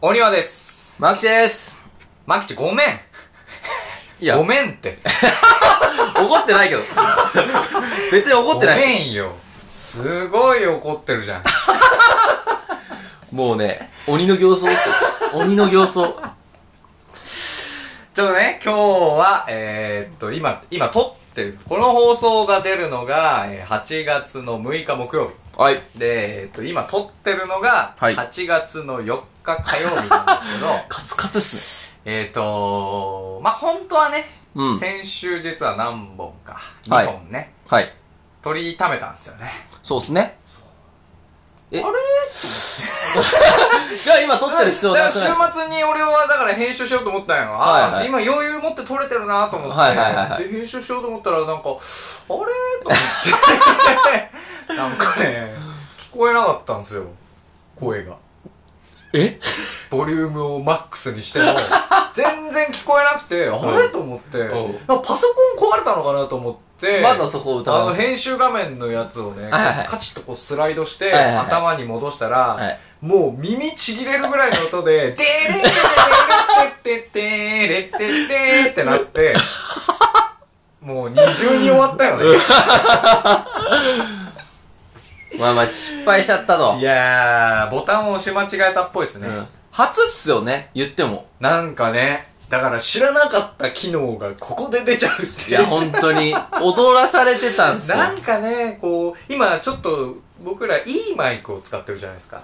お庭です。マキシですマキチごめん。 いやごめんって。怒ってないけど別に怒ってなごめいんよ。すごい怒ってるじ ゃん。もうね鬼の形相ですよ鬼の形相ちょっとね、今日は、えー、っと、今、今撮ってる。この放送が出るのが、えー8月の6日木曜はい日。で、えーっと、今撮ってるのが、はい8月の4日火曜日なんですけど、 カツカツっすえーっと、まあ、本当はね、うん先週実は何本か、はい2本ね、ねはい撮りためたんですよね。そうっすねえあれ じゃあ今撮ってる必要なだくないですかから週末に俺はだから編集しようと思ったんやはいはいあー今余裕持って撮れてるなと思って、はいはいはいはいで編集しようと思ったらなんかあれと思っ てなんかね聞こえなかったんですよ声がえボリュームをマックスにしても 全然聞こえなくてあれと思ってうんなんかパソコン壊れたのかなと思ってまずはそこをあ歌のう編集画面のやつをね、はいはいはいカチッとこうスライドして、はいはいはい頭に戻したら、はいもう耳ちぎれるぐらいの音 で、でれってれってってれってってってなって、もう二重に終わったよね。まあまあ失敗しちゃったといやー、ボタンを押し間違えたっぽいですね。うん初っすよね言ってもなんかね、だから知らなかった機能がここで出ちゃうっていいう。や本当に踊らされてたんですよなんかね、こう、今ちょっと僕らいいマイクを使ってるじゃないですか。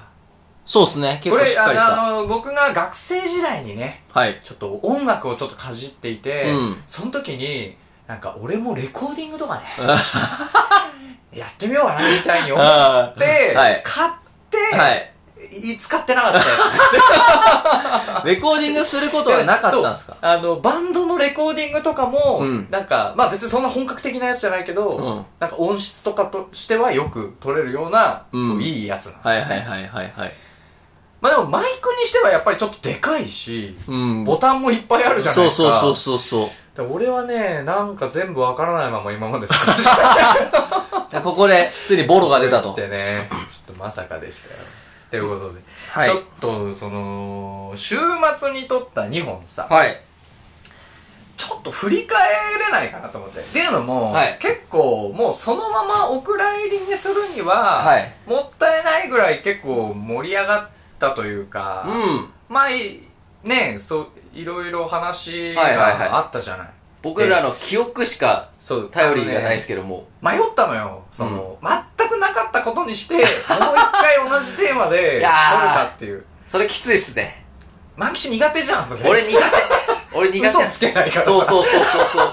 そうっすね結こ構れしっかりしあたの僕が学生時代にねはいちょっと音楽をちょっとかじっていて、うんその時になんか俺もレコーディングとかねやってみようかなみたいに思っあて、はい買って、ーはいい使ってなかったやつレコーディングすることはなかったんですかそうあのバンドのレコーディングとかも、うんなんかまあ別にそんな本格的なやつじゃないけど、うんなんか音質とかとしてはよく取れるような、うんいいやつなのはいはいはいはいはいまあでもマイクにしてはやっぱりちょっとでかいし、うんボタンもいっぱいあるじゃないそでうすかそうそうそうそうで俺はね、なんか全部わからないまま今まで使ってでここで、ついにボロが 出たとき。てね、ちょっとまさかでしたよ。ということで、はいちょっとその、週末に撮った2本さ、はい。ちょっと振り返れないかなと思って。っていうのも、はい結構もうそのままお蔵入りにするには、はいもったいないぐらい結構盛り上がったというか、うん。まあいね、そう、いろいろ話はいはいはいがあったじゃない。僕らの記憶しかそう頼りがないでけどすけども。迷ったのよ。その、全くなかったことに して、もう一回同じテーマでい撮るやーかっていう。それきついっすね。マキシ苦手じゃん、それ。俺苦 手。俺苦手。嘘つけないからさそうそうそうそうそう。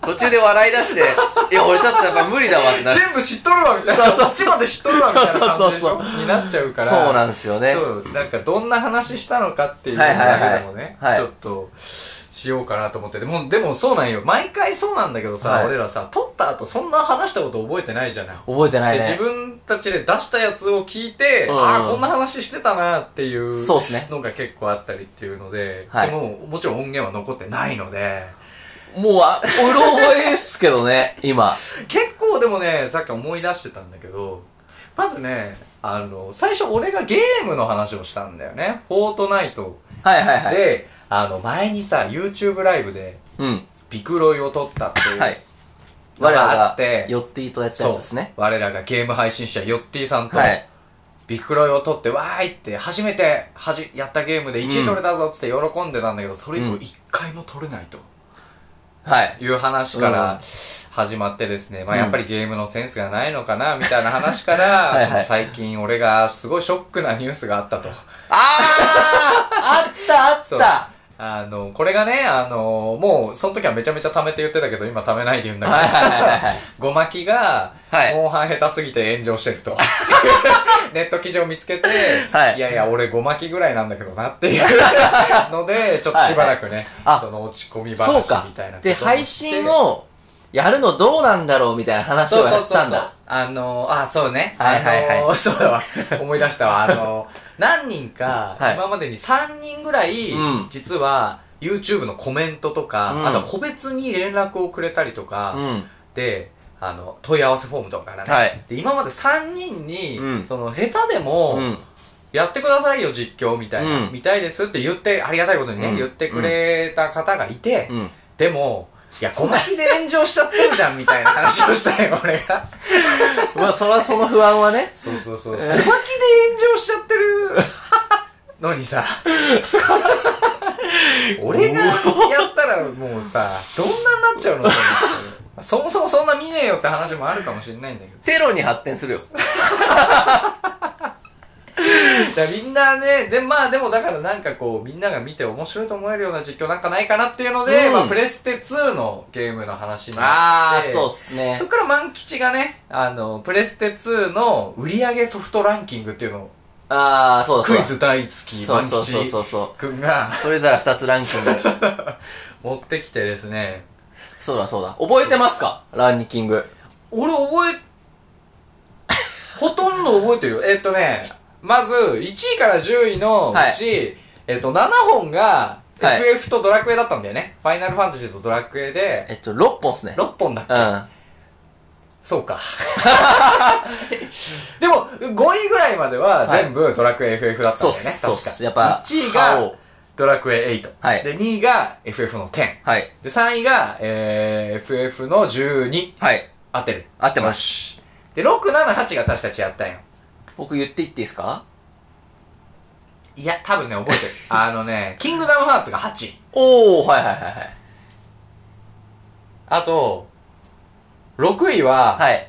途中で笑い出 して、いや、俺ちょっとやっぱ無理だわってなる。全部知っとるわ、みたいな。そうそうこっちまで知っとるわ、みたいな感じでしょそうそうになっちゃうから。そうなんんですよね。そう、なんかどんな話したのかっていうはいはいはいだけでもね、はいちょっと、しようかなと思って。でも、でもそうなんよ。毎回そうなんだけどさ、はい俺らさ、撮った後そんな話したこと覚えてないじゃない。覚えてないで自ね。分たちで出したやつを聞いて、うんああこんな話してたなっていうそうっすねのが結構あったりっていうので、はいでももちろん音源は残ってないのでもう、あ、うろ覚えっすけどね、今。結構でもねさっき思い出してたんだけどまずねあの最初俺がゲームの話をしたんだよね「フォートナイトはいはいで」はい。あの前にさ YouTube ライブでうん。ビクロイを撮ったっていう、はい。我らがあがって、ヨッティとやったそうやつですね。我らがゲーム配信者ヨッティさんと、はい。ビクロイを取って、わーいって、初めてはじやったゲームで1位取れたぞっつって喜んでたんだけど、それ以降うん1回も取れないとはい。いう話からうん始まってですね、まあうんやっぱりゲームのセンスがないのかな、みたいな話から、 はいはいその最近俺がすごいショックなニュースがあったと。あーあったあそっうたあの、これがね、あの、もう、その時はめちゃめちゃ貯めて言ってたけど、今貯めないで言うんだけど、はいはいはいはい。ごまきが、はいモンハン下手すぎて炎上して ると。ネット記事を見つけて、はいい、やいや、俺ごまきぐらいなんだけどなって いうので、ちょっとしばらくね、はいあその落ち込みそう話かみたいな。ことをで、して配信、をやるのどうなんだろうみたいな話そうをそやうってそうたそんうだ。。あの、あ、そうね。はいはいはいあのそう だわ。思い出したわ。あの、何人か、はい今までに3人ぐらい、うん実は、YouTube のコメントとか、うんあとは個別に連絡をくれたりとか、うん。で、あの、問い合わせフォームとかね。はいで、今まで3人に、うんその、下手でうも、ん。やってくださいよ、実況、みたいな、うん見たいですって言って、ありがたいことにね、うん言ってくれた方がいて、うん。でも、いや、小牧で炎上しちゃってるじゃん、みたいな話をしたい、俺が。まあ、そらその不安はね。そうそうそう。小え牧でー炎上しちゃって るのに さ、俺がやったらもうさ、どんなになっちゃうのと思っ てそもそもそんな見ねえよって話もあるかもしれないんだけど。テロに発展するよ。だからみんなね、で、まあでもだからなんかこう、みんなが見て面白いと思えるような実況なんかないかなっていうので、うんまあプレステ2のゲームの話になって。あー、そうっすねそ。っから万吉がね、あの、プレステ2の売り上げソフトランキングっていうのを、あー、そうだクそうイだ。ズ大好き、そう万そうそうそう吉そくんがう。それぞれ二つラン キング。持ってきてですね、そうだそうだ。覚えてますかランキング。俺覚え、 ほとんど覚えてるよ。えっとね、まず、1位から10位のうち、えっと、7本が、はい FF とドラクエだったんだよね。ファイナルファンタジーとドラクエで、えっと、六本っすね。 6本だっけ、うん。そうか。 でも、5位ぐらいまでははい全部ドラクエ FF だったそんうっだよね。す。そうっ確す。か。やっぱ、 1位覇が王ドラクエ8。はいで、2位が FF の10。はい。で、3位が、えー、FF の12。はい。合ってる。合ってますす。で、6、7、8が確か違ったんよ。僕言っていっていいですかいや、多分ね、覚えて る。あのね、キングダムハーツが8。おー、はいはいはいはい。あと、6位は、はい。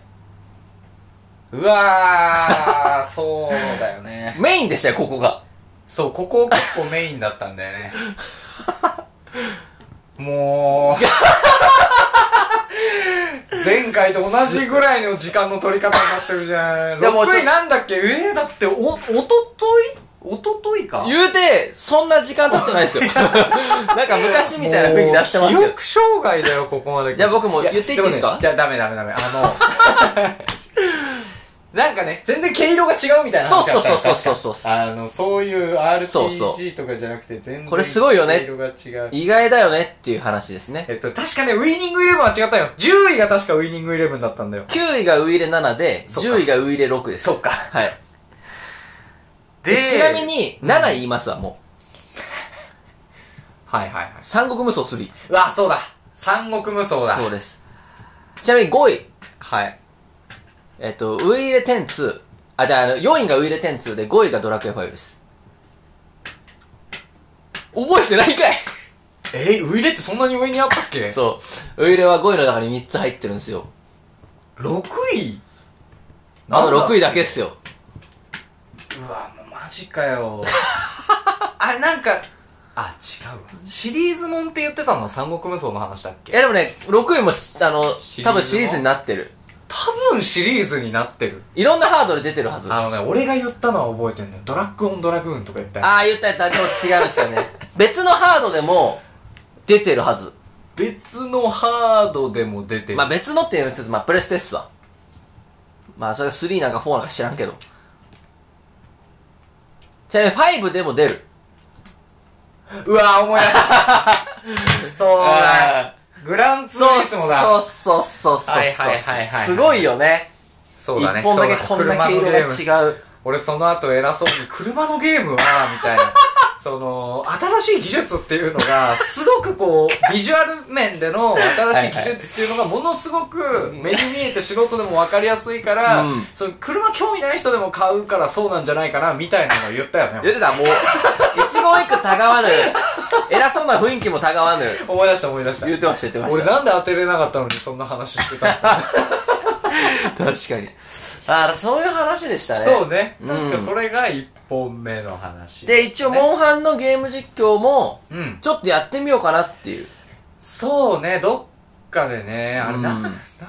う わー、そうだよね。メインでしたよ、ここが。そう、ここ結構メインだったんだよ ね。も う、前回と同じぐらいの時間の取り方になってるじゃん。じゃあもうちょ6位なんだっけえー、だって、お、おとといおとといか言うて、そんな時間経ってないですよ。 なんか昔みたいな雰囲気出してますもう記けど。憶障害だよ、ここまで。じゃあ僕も言っていっていいですかやもねじゃあダメダメダメ。あの、 なんかね、全然毛色が違うみたいな話だったそうそうそうそうそう確かあの、そういうそうそう RPG とかじゃなくて全然これすごいよね毛色が違う。意外だよねっていう話ですね。えっと、確かね、ウィニングイレブンは違ったよ。10位が確かウィニングイレブンだったんだよ。 9位がウイレ7で、そうか10位がウイレ6です。うか。はい。で、ちなみ、に、7言いますわ、もはいはいはう。三国無双3。い。うわ、そうだ。三国無双だ。そうです。ちなみに5位、はい。えっと、ウイレ10、2。あ、じゃああの、4位がウイレ10、2で5位がドラクエ5です。覚えてないかい えー、ウイレってそんなに上にあったっけそう。ウイレは5位の中に3つ入ってるんですよ。 ?6 位あとなん6位だけっすよ。うわもうマジかよ あれなんかあ違うわシリーズもんって言ってたのは三国無双の話だっいけやでもね、6位もし、あのシリーズ、も多分シリーズになってる。多分シリーズになってるいろんなハードで出てるはず。ああのね俺が言ったのは覚えてんのよドラッグオンドラグーンとか言ったよあー、言った言った。でも違うんですよ ね。別のハードでも、出てるはず。別のハードでも出てる、まあ別のっていうのは、まあプレステっすわ。まあそれが3なんか4なんか知らんけど。ちなみに5でも出る。うわ思い出した そうだグランツーそうリスモだそうそうそうそう。はいはいはいはいすごいよね。そ一うだね本だけそうこんな車毛の色ゲームが違う。俺その後偉そうに車のゲームはみたい なその新しい技術っていうのがすごくこ うビジュアル面での新しい技術っていうのがものすごく目に見えて素人でも分かりやすいから、うんその車興味ない人でも買うからそうなんじゃないかなみたいなの言ったよ言ねって た、もう、一言一句たがわぬ。偉そうな雰囲気もたがわぬ。思い出した思い出した言ってました、言ってま俺した。なんで当てれなかったのにそんな話してたの確かに。ああ、そういう話でしたね。そうねうん確かそれが1本目の話で、一応、モンハンのゲーム実況も、うんちょっとやってみようかなっていう。そうね、どっかでね、あれ、うんなん、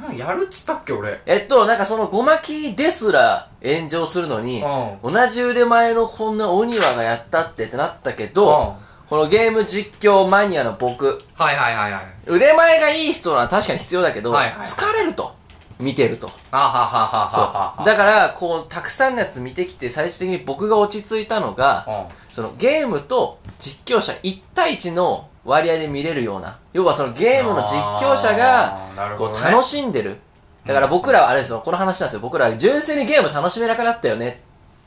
なん、やるっつったっけ、俺。えっと、なんかそのゴマキですら炎上するのに、う同じ腕前のこんな鬼はがやったってってなったけど、はこのゲーム実況マニアの僕、いはいはいはい。腕前がいい人は確かに必要だけど、はいはい疲れると。見てると。あはははそはは。う。だから、こう、たくさんのやつ見てきて、最終的に僕が落ち着いたのが、うん。そのゲームと実況者1対1の割合で見れるような、要はそのゲームの実況者が、あー、なるほこどう、ね、楽しんでる。だから僕らはあれですよ、この話なんですよ、僕らは純粋にゲーム楽しめなくなったよね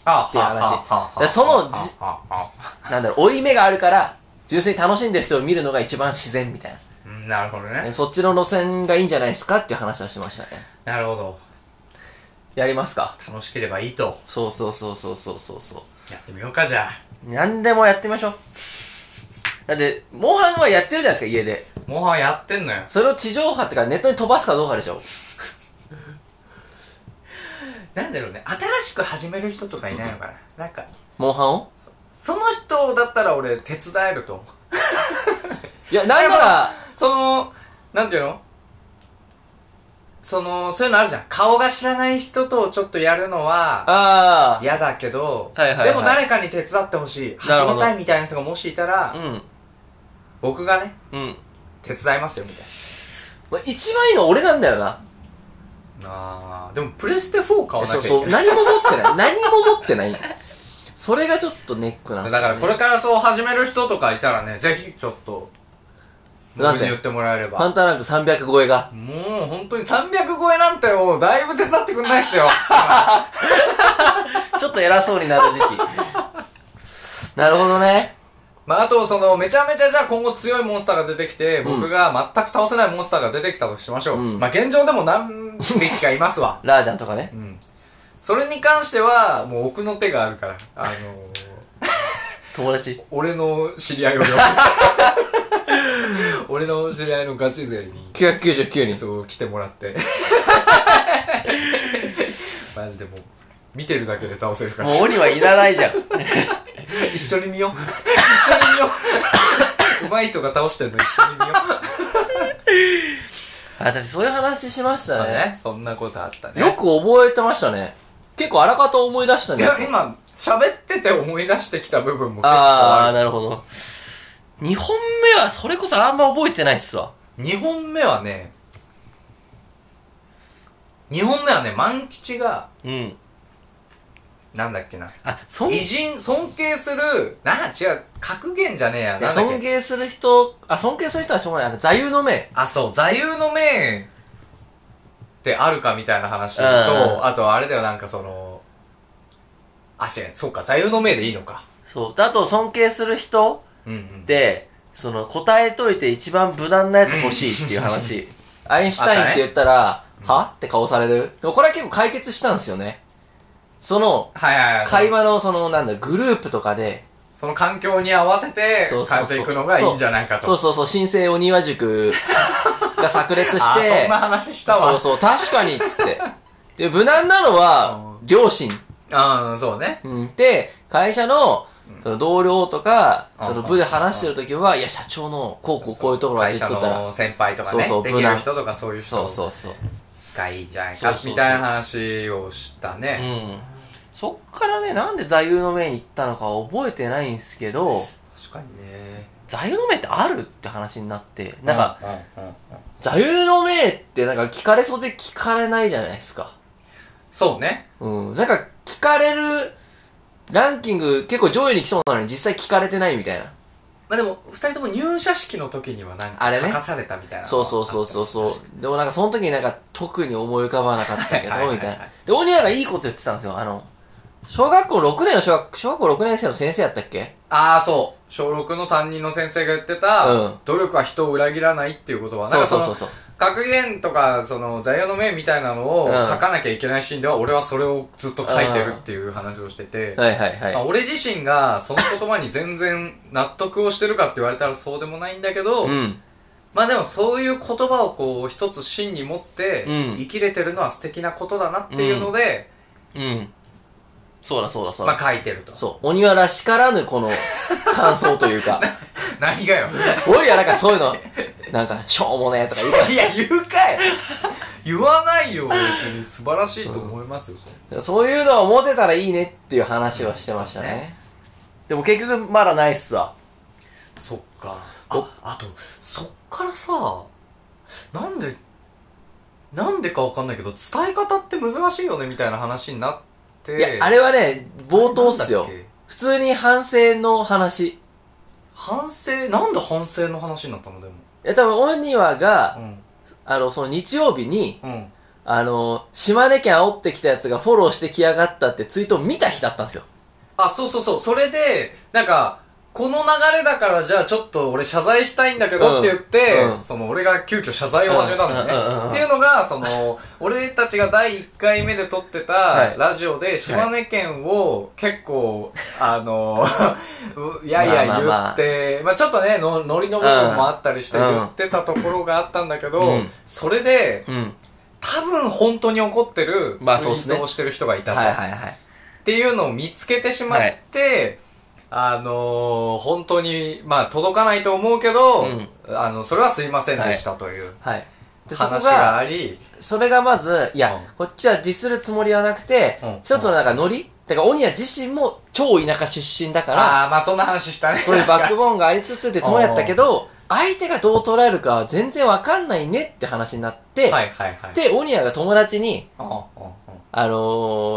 あていうは話あはあはあでそのじはあはなんだろう、追い目があるから、純粋に楽しんでる人を見るのが一番自然みたいあうんなるほどな。ねそっちの路線がいいんじゃないですかっていう話はしてましたね。なるほどやりますか楽しければいいとそうそうそうそうそうそうそやってみようかじゃあう。何でもやってみましょう。だって、モンハンはやってるじゃないですか、家で。モンハンやってんのよそれを地上波ってかネットに飛ばすかどうかでしょ。なんだろうね新しく始める人とかいないのかななんかモンハンをその人だったら俺手伝えると思ういや、なんなら、そのなんていうのそのそういうのあるじゃん顔が知らない人とちょっとやるのはあ嫌だけど、はいはいはいでも誰かに手伝ってほしいなる始ほめどたいみたいな人がもしいたあ、うらん、僕がねうん。手伝いますよみたいまあ一番いいのは俺なんだよな。なあーでもプレステ4買わなきゃそいうけないそう、何も持ってない。何も持ってない。それがちょっとネックなんですだよねからこれからそう始める人とかいたらねぜひちょっと僕なにぜ言ってもらえれファばンタランク300超えが。もう本当に300超えなんてもうだいぶ手伝ってくんないっすよ ちょっと偉そうになる時期。なるほどね。まああとそのめちゃめちゃじゃあ今後強いモンスターが出てきて、うん僕が全く倒せないモンスターが出てきたとしましょう、うんまあ現状でも何匹かいますわラージャンとかねう。んそれに関してはもう奥の手があるからあのー、友達。俺の知り合いを呼ぶ 俺の知り合いのガチ勢に999人。そう来てもらって マジでもう見てるだけで倒せるからもう鬼はいらないじゃん。一緒に見よう一緒に見よう上手い人が倒してんの一緒に見よあ、私そういう話しましうたね。ねそんなことあったねよく覚えてましたね。結構あらかた思い出したんいですや今喋ってて思い出してきた部分も結構ああー、なるほど。2本目はそれこそあんま覚えてないっすわ。る2本目はね2本目はね万吉がうん。なんだっけなあ、そん、偉人尊敬するなあ違う格言じゃねえやいやなんだっけ尊敬する人、あ、尊敬する人はしょうがない。あの、座右の銘。あそう座右の銘ってあるかみたいな話と、うんあとあれだよなんかそのあ違うそうか座右の銘でいいのかそう。だと、尊敬する人うんうんで、その、答えといて一番無難なやつ欲しいっていう 話。アインシュタインって言ったら、はって顔される。でもこれは結構解決したんですよね。その、はいはいはい会話のその、なんだ、グループとかで、その環境に合わせてそうそう変そえうていくのがいいんじゃないかとそうそうそう、新生お庭塾が炸裂 しあて、そんな話したわそうそう、確かにっつって。で、無難なのは、両親。あーそうねうん。で、会社の、その同僚とか、うんその部で話してるときは、いや、社長の、こうこうこういうところが会出社とったら、の先輩とかねそうそうでき無る難人とかそういうそう人そうそう。がいいんじゃないそうかそうそうみたいな話をしたねうん。そっからね、なんで座右の銘に行ったのかは覚えてないんですけど、確かにね座右の銘ってあるって話になって、なんか、、うんうんうん座右の銘ってなんか聞かれそうで聞かれないじゃないですか。そうねうん。なんか聞かれるランキング結構上位に来そうなのに実際聞かれてないみたいな。まあでも二人とも入社式の時にはなんあかれね書かされたみたいなそうそうそうそうそう。でもなんかその時になんか特に思い浮かばなかったけど、はいはいはいはいみたいな。で、オニラがいいこと言ってたんですよ。あの、小学校6年の小学、小学校6年生の先生やったっけああそう小6の担任の先生が言ってた、うん努力は人を裏切らないっていうことはなんそうかそそうのそうそう。格言とかその座右の銘みたいなのをう書んかなきゃいけないシーンでは俺はそれをずっと書いてるっていう話をしてて、はいはいまあは俺自身がその言葉に全然納得をしてるかって言われたらそうでもないんだけい。ど、うん。まあでもそういう言葉をこう一つ芯に持ってうん生きれてるのは素敵なことだなっていうので、うん。そうだそうだそうだ。まあ書いてると。そう。お庭らしからぬこの感想という か。何がよ。俺はなんかそういうの、なんか、しょうもねえとか言うから いや、言うかい言わないよ、別に。素晴らしいと思いますよ、それそういうのを持てたらいいねっていう話はしてましたね。そうねでも結局まだないっすわ。そっか。おあ、あと、そっからさ、なんで、なんでかわかんないけど、伝え方って難しいよね、みたいな話になって。いや、あれはね、冒頭っすなよん。だけ普通に反省の話。反省、なんで反省の話になったの、でも。え、多分、オニワが、ん。あの、その日曜日に、うん。あの、島根県煽ってきたやつがフォローしてきやがったってツイートを見た日だったんですよ。あ、そうそうそう。それで、なんか、この流れだからじゃあちょっと俺謝罪したいんだけどって言って、うんうんその俺が急遽謝罪を始めたんだうんうよんうんうんね。っていうのが、その、俺たちが第1回目で撮ってたいラジオで島根県を結構、あの、 うやいや言って、まあままあまああちょっとねの、ノリの部分もあったりしてうん言ってたところがあったんだけど、うんそれで、うん。多分本当に怒ってるツイまあそうっすーねトをしてる人がいたと。はいはいはい。っていうのを見つけてしまって、あのー本当に、まあ、届かないと思うけど、うんあの、それはすいませんでしたというはい。で、そこ話がが、あり、それがまず、いや、うんこっちはディスるつもりはなくて、うん一つのなんかノリ、てか、オニア自身も超田舎出身だから、ああー、まあ、そんな話したね。そういうバックボーンがありつつってつもりだったけど、相手がどう捉えるかは全然わかんないねって話になっ て、はいはいはい。で、オニアが友達に、うんうんうんあの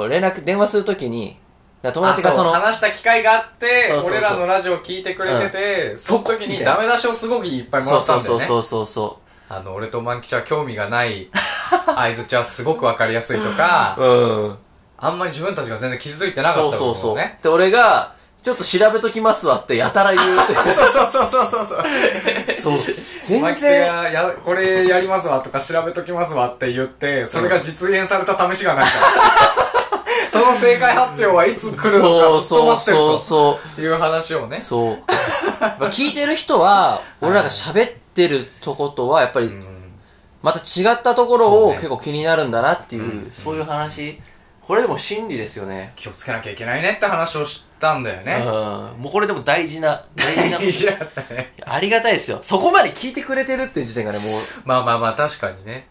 ー連絡、電話するときに、だから友あ達がそそうの、話した機会があってそうそうそう俺らのラジオ聞いてくれてて、その時みにたいなダメ出しをすごくいっぱいもそらうったそんうだよそうねそうそうそあの俺と万吉は興味がない 相づちはすごくわかりやすいとか う。うん。あんまり自分たちが全然気づいてなかそっうたそこうそとうをね。で、俺が、ちょっと調べときますわってやたら言うっ て。そうそうそうそうそうそう。マ全キセ然、がや、これやりますわとか調べときますわって言って、それが実現された試しがない から。その正解発表はいつ来るのかずそうっとそう待ってるそうそう。という話をね。そう。まあ聞いてる人は、俺らが喋ってるとことは、やっぱり、また違ったところそうをね結構気になるんだなっていう、そう,、うんいう話。これでも真理ですよね。気をつけなきゃいけないねって話をしたんだようんね。。もうこれでも大事な、大事ないやだねありがたいですよ。そこまで聞いてくれてるっていう時点がね、もう、まあまあまあ確かにね。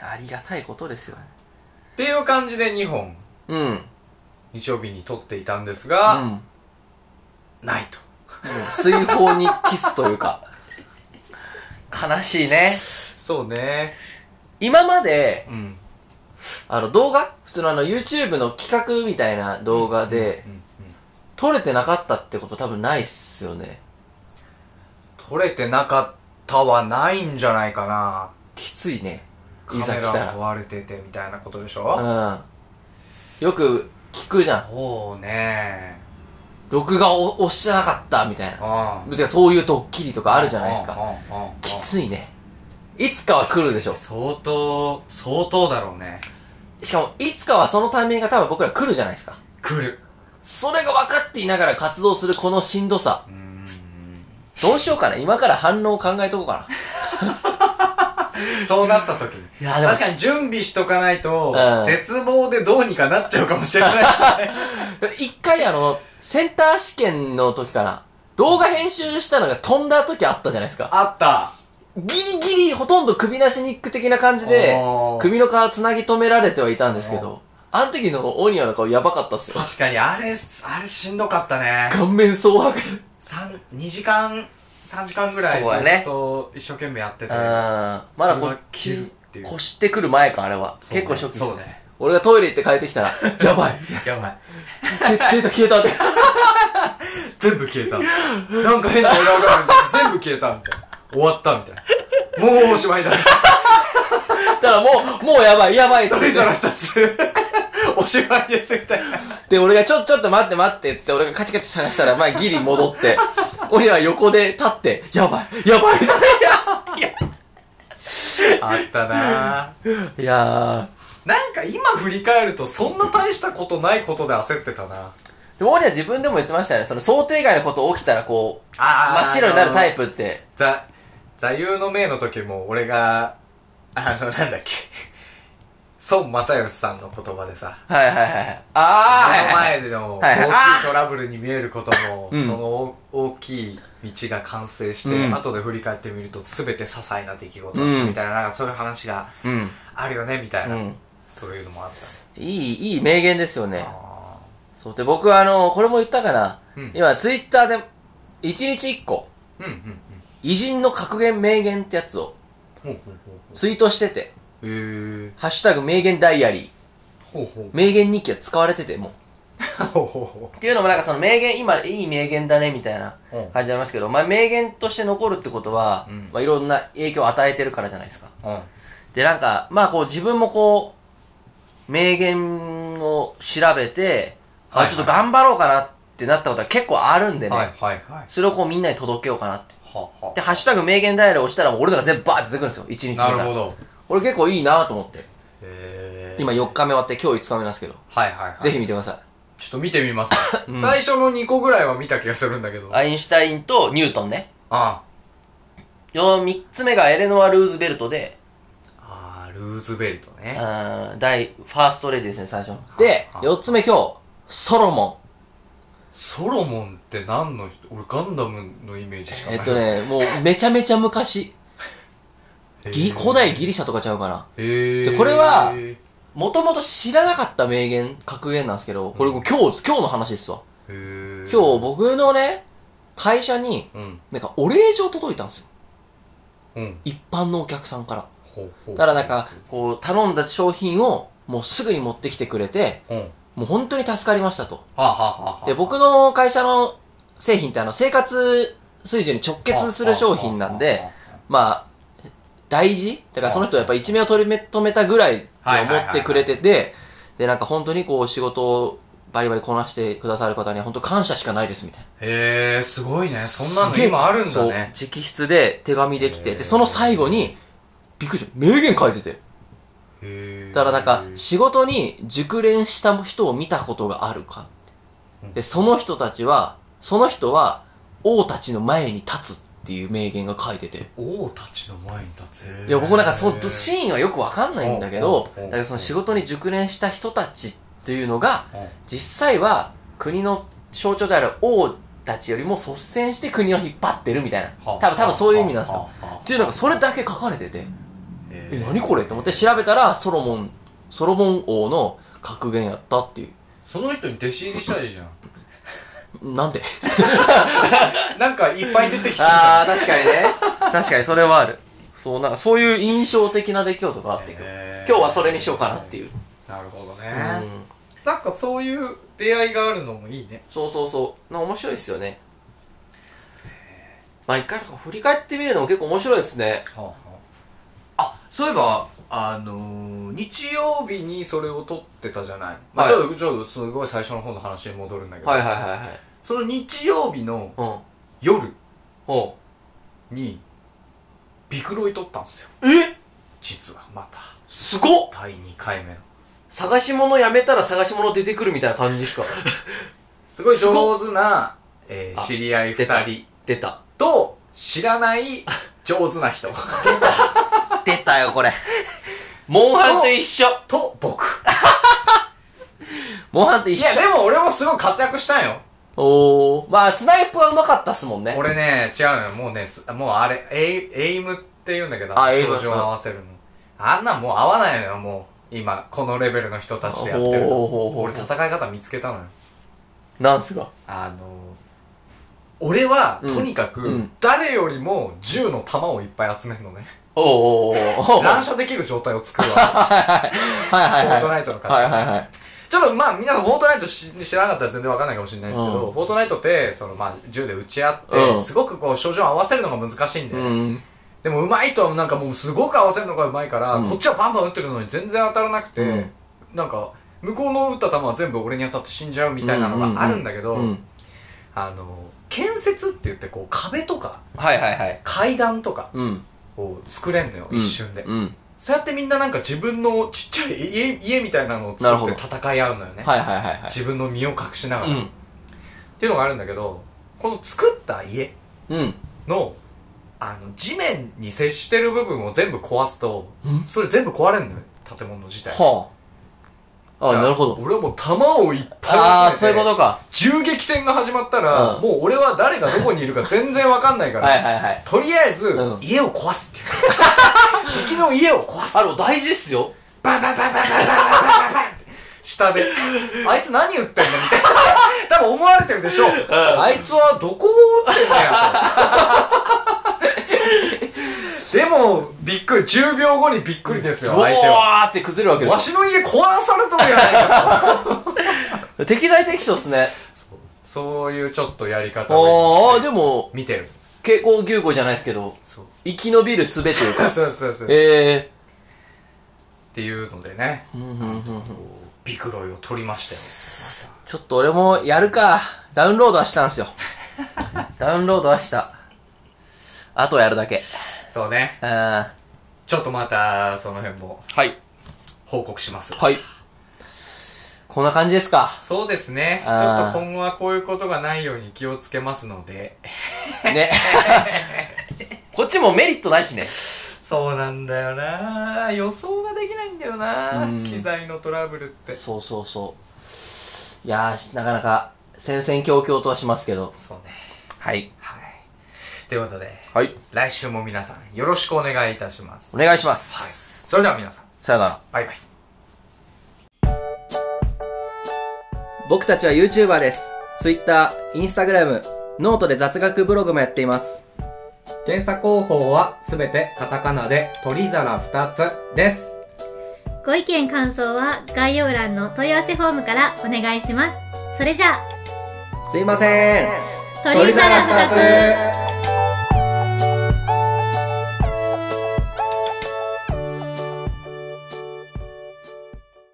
ありがたいことですよ。っていう感じで2本、うん。うん。日曜日に撮っていたんですが、ないと。水泡にキスというか。悲しいね。そうね。今まで、うん。あの動画普通のあの YouTube の企画みたいな動画で、うんうん撮れてなかったってこと多分ないっすよね。撮れてなかったはないんじゃないかな。きついね。カいざメ来たラら。壊れててみたいなことでしょうん。よく聞くじゃん。そうね録画を押してなかったみたいな。あてかそういうドッキリとかあるじゃないですか。かきついね。いつかは来るでしょ。相当相当だろうねしかも、いつかはそのタイミングが多分僕ら来るじゃないですか。来るそれが分かっていながら活動するこのしんどさ。うーんどうしようかな。今から反応を考えとこうかそうなった時にな。いや確かに準備しとかないと、うん絶望でどうにかなっちゃうかもしれないし ね一回あの、センター試験の時かな。動画編集したのが飛んだ時あったじゃないですか。あったギリギリほとんど首なしニック的な感じでおー、首の皮つなぎ止められてはいたんですけど、あの時のオニオの顔やばかったっすよ。確かにあれあれしんどかったね顔面蒼白。三2時間3時間ぐらいそうやねずっと一生懸命やってて、まだこっち、越してくる前か、あれは。そうね結構初期ですそうねね。俺がトイレ行って帰ってき たら、やばいやばいデータ消えたって。全部消えた。なんか変な裏があるみたいな。全部消えたみたいな。終わったみたいな。もうおしまいだ。だからもう、もうやばい、やばいって鳥空立つ。おしまいですみたいな。で、俺がちょ、ちょっと待って待ってっつって、俺がカチカチ探したら、まあギリ戻 って、俺は横で立って、やばい、やばい、あったなぁ。 いやなんか今振り返るとそんな大したことないことで焦ってたな。ー。でも俺は自分でも言ってましたよね、その想定外のこと起きたらこう、あ真っ白になるタイプ。プって。座、座右の銘の時も俺が、あの、なんだっけ。孫正義さんの言葉でさ。はいはいはい。目あー、のはいはい。前でのは大いはいきいトラブルに見えることも、うんその大きい道が完成して、うん後で振り返ってみると全て些細な出来事だったみたいな、なんかそういう話がうん。あるよねみたいな、うんそういうのもあっいい、いい名言ですよたね。あそう。で、僕はあの、これも言ったかな。うん今、ツイッターで、1日1個、ーうんうんうん偉人の格言名言ってやつをほうほうほうツイートしてて、ほうへえハッシュタグ名言ダイアリー、ほうほう名言日記は使われてて、もう。ほうほうほ っていうのもなんかその名言、今いい名言だねみたいなうん感じありますけど、まあ名言として残るってことは、うんまあいろんな影響を与えてるからじゃないですか。ううんでなんか、まあこう自分もこう、名言を調べて、はいはあ、いちょっと頑張ろうかなってなったことは結構あるんでね。はいはいはい。それをこうみんなに届けようかなって。ははで、ハッシュタグ名言ダイヤルを押したらもう俺らが全部バーって出てくるんですよ。一日目かなら。るほど。俺結構いいなと思って。へー今4日目終わって今日5日目なんですけど。はいはいはい。ぜひ見てくださちょっと見てみます。最初の2個ぐらいは見た気がするんだけど。い。アインシュタインとニュートンね。あよ3つ目がエレノア・ルーズベルトで、あー、ルーズベルトね。あー第、ファーストレディーですね、最初の。で、は4つ目今日、ソロモソロモンって何の人俺ガンダムのイメージしかなン。い。えっと。ね、もうめちゃめちゃ昔。ギ古代リ。ギリシャとかちゃうかな。へーでこれはもともと知らなかった名言、格言なんですけど、これ今日、今日の話ですわ。今今日。僕のね、会社に、うん。なんかお礼状届いたんですよ。うん。一般のお客さんから。ほうほうだからなんか、こう、頼んだ商品を、もうすぐに持ってきてくれて、うん。はもう本当に助かりましたと。あ、はあはあはあ、で、僕の会社の製品ってあの、生活水準に直結する商品なんで、まあ、大事だからその人はやっぱ一命を取り留めたぐらいではい思ってくれてて、で、なんか本当にこう、仕事をバリバリこなしてくださる方には本当感謝しかないですみたいな。へえすごいねそんなすのげえ今あるんだそうね直筆で手紙できへて、ーで、その最後に、びっくりした。名言書いてて。へえだからなんか、仕事に熟練した人を見たことがあるかうん。で、その人たちは、その人は、王たちの前に立つっていう名言が書いてて。王たちの前に立ついや、僕なんかそへのーシーンはよくわかんないんだけど、うんだからその仕事に熟練した人たちっていうのが、うん実際は国の象徴である王たちよりも率先して国を引っ張ってるみたいな。多分、多分そういう意味なんですよ。。っていうのがそれだけ書かれてて。え、え何これって思って調べたら、ソロモン、ソロモン王の格言やったっていう。その人に弟子入りしたらいいじゃん。なんでなんかいっぱい出てきてるじゃああ、確かにね。 確かにそれはある。そう、なんかそういう印象的な出来事があって、今日へー今日はそれにしようかなっていう。ん。なるほどうね。ん。なんかそういう出会いがあるのもいいね。そうそうそう。なんか面白いですよね。まあ一回なんか振り返ってみるのも結構面白いですね。あ、そういえば、あのー、日曜日にそれを撮ってたじゃない。まあはいちょっと、ちょっとすごい最初の方の話に戻るんだけどはい、はいはいはい。その日曜日のうん。夜ほに、ビクロイ撮ったんですよ。う。え実はまた、すごっ第2回目の。探し物やめたら探し物出てくるみたいな感じですかすごいすご上手な、えーあ知り合い出た2人出た。と、知らない上手な人出たよ、これ。モンハンと一緒。 と僕。モンハンと一いや、でも俺もすごい活躍したんよ。おー。まあ、スナイプはうまかったっすもんね。俺ね、違うのよ。もうね、すもうあれ、エイエイムって言うんだけど、あエイム照準を合わせるの。あんなんもう合わないのよ、もう。今、このレベルの人たちでやってるほうほうほの。俺う戦い方見つけたのよ。なんすかあの俺は、うんとにかく、うん誰よりも銃の弾をいっぱい集めるのね。おーおーおーおー乱射できる状態を作る わはいけ。はいフォはい。ートナイトの勝ちはいはいはい。ちょっとまあ、皆さんフォートナイトし知らなかったら全然わかんないかもしれないですけど、うんフォートナイトって、そのまあ、銃で撃ち合って、うんすごくこう、照準を合わせるのが難しいんで、うん。でも上手い人はなんかもうすごく合わせるのが上手いから、うんこっちはバンバン撃ってるのに全然当たらなくて、うんなんか、向こうの撃った球は全部俺に当たって死んじゃうみたいなのがあるんだけど、うん。あの、建設って言ってこう、壁とか、はいはいはい。階段とかうん。を作れんのよ、一瞬で、うん。そうやってみんななんか自分のちっちゃい家家みたいなのをなるほ作どって戦い合うのよね。はいはいはいはい。自分の身を隠しながら、うっん。ていうのがあるんだけどこの作った家うん。のあの地面に接してる部分を全部壊すとんそれ全部壊れんのよ建物自体はあ。あ、なるほど。俺はもう弾をいっあぱあいー、集そういめうてことか。銃撃戦が始まったら、うんもう俺は誰がどこにいるか全然わかんないからはいはいはい。とりあえず、うん家を壊 すっていう敵の家を壊すあれ、大事っすよ。バンバンバンバンバンバンバンバンバン下で、あいつ何言ってんのみたいな。多分思われてるでしょ。あいつはどこを打ってんだよ。とでも、びっくり、10秒後にびっくりですよ、うわ相手は。ーって崩れるわけでわししの家壊されとるやないかと。ょ。適材適所っすね。そういうちょっとやり方あをあ、でも、見てる。蛍光牛語じゃないですけど、そう。 生き延びる術というか。そうそうそう。ええっていうのでね、うんうんうんうんこうビクロイを取りましたよ。ちょっと俺もやるか。ダウンロードはしたん ですよ。ダウンロードはした。あとはやるだけ。そうね。うん。はちょっとまた、その辺もい。報告します。はい。こんな感じですか。そうですね。ちょあーっと今後はこういうことがないように気をつけますの で。ね。 こっちもメリットないしね。そうなんだよな予想ができないんだよなうん機材のトラブルって。そうそうそう。いやー、なかなか戦々恐々とはしますけど。そうね。はい。はい。ということで、はい。来週も皆さんよろしくお願いいたします。お願いしまはい。す。それでは皆さん、さよなら。バイバイ。僕たちは YouTuber です。Twitter、Instagram、ノートで雑学ブログもやっています。検査方法はすべてカタカナで鳥皿2つです。ご意見感想は概要欄の問い合わせフォームからお願いします。それじゃあ、すいません。鳥皿鳥皿2つ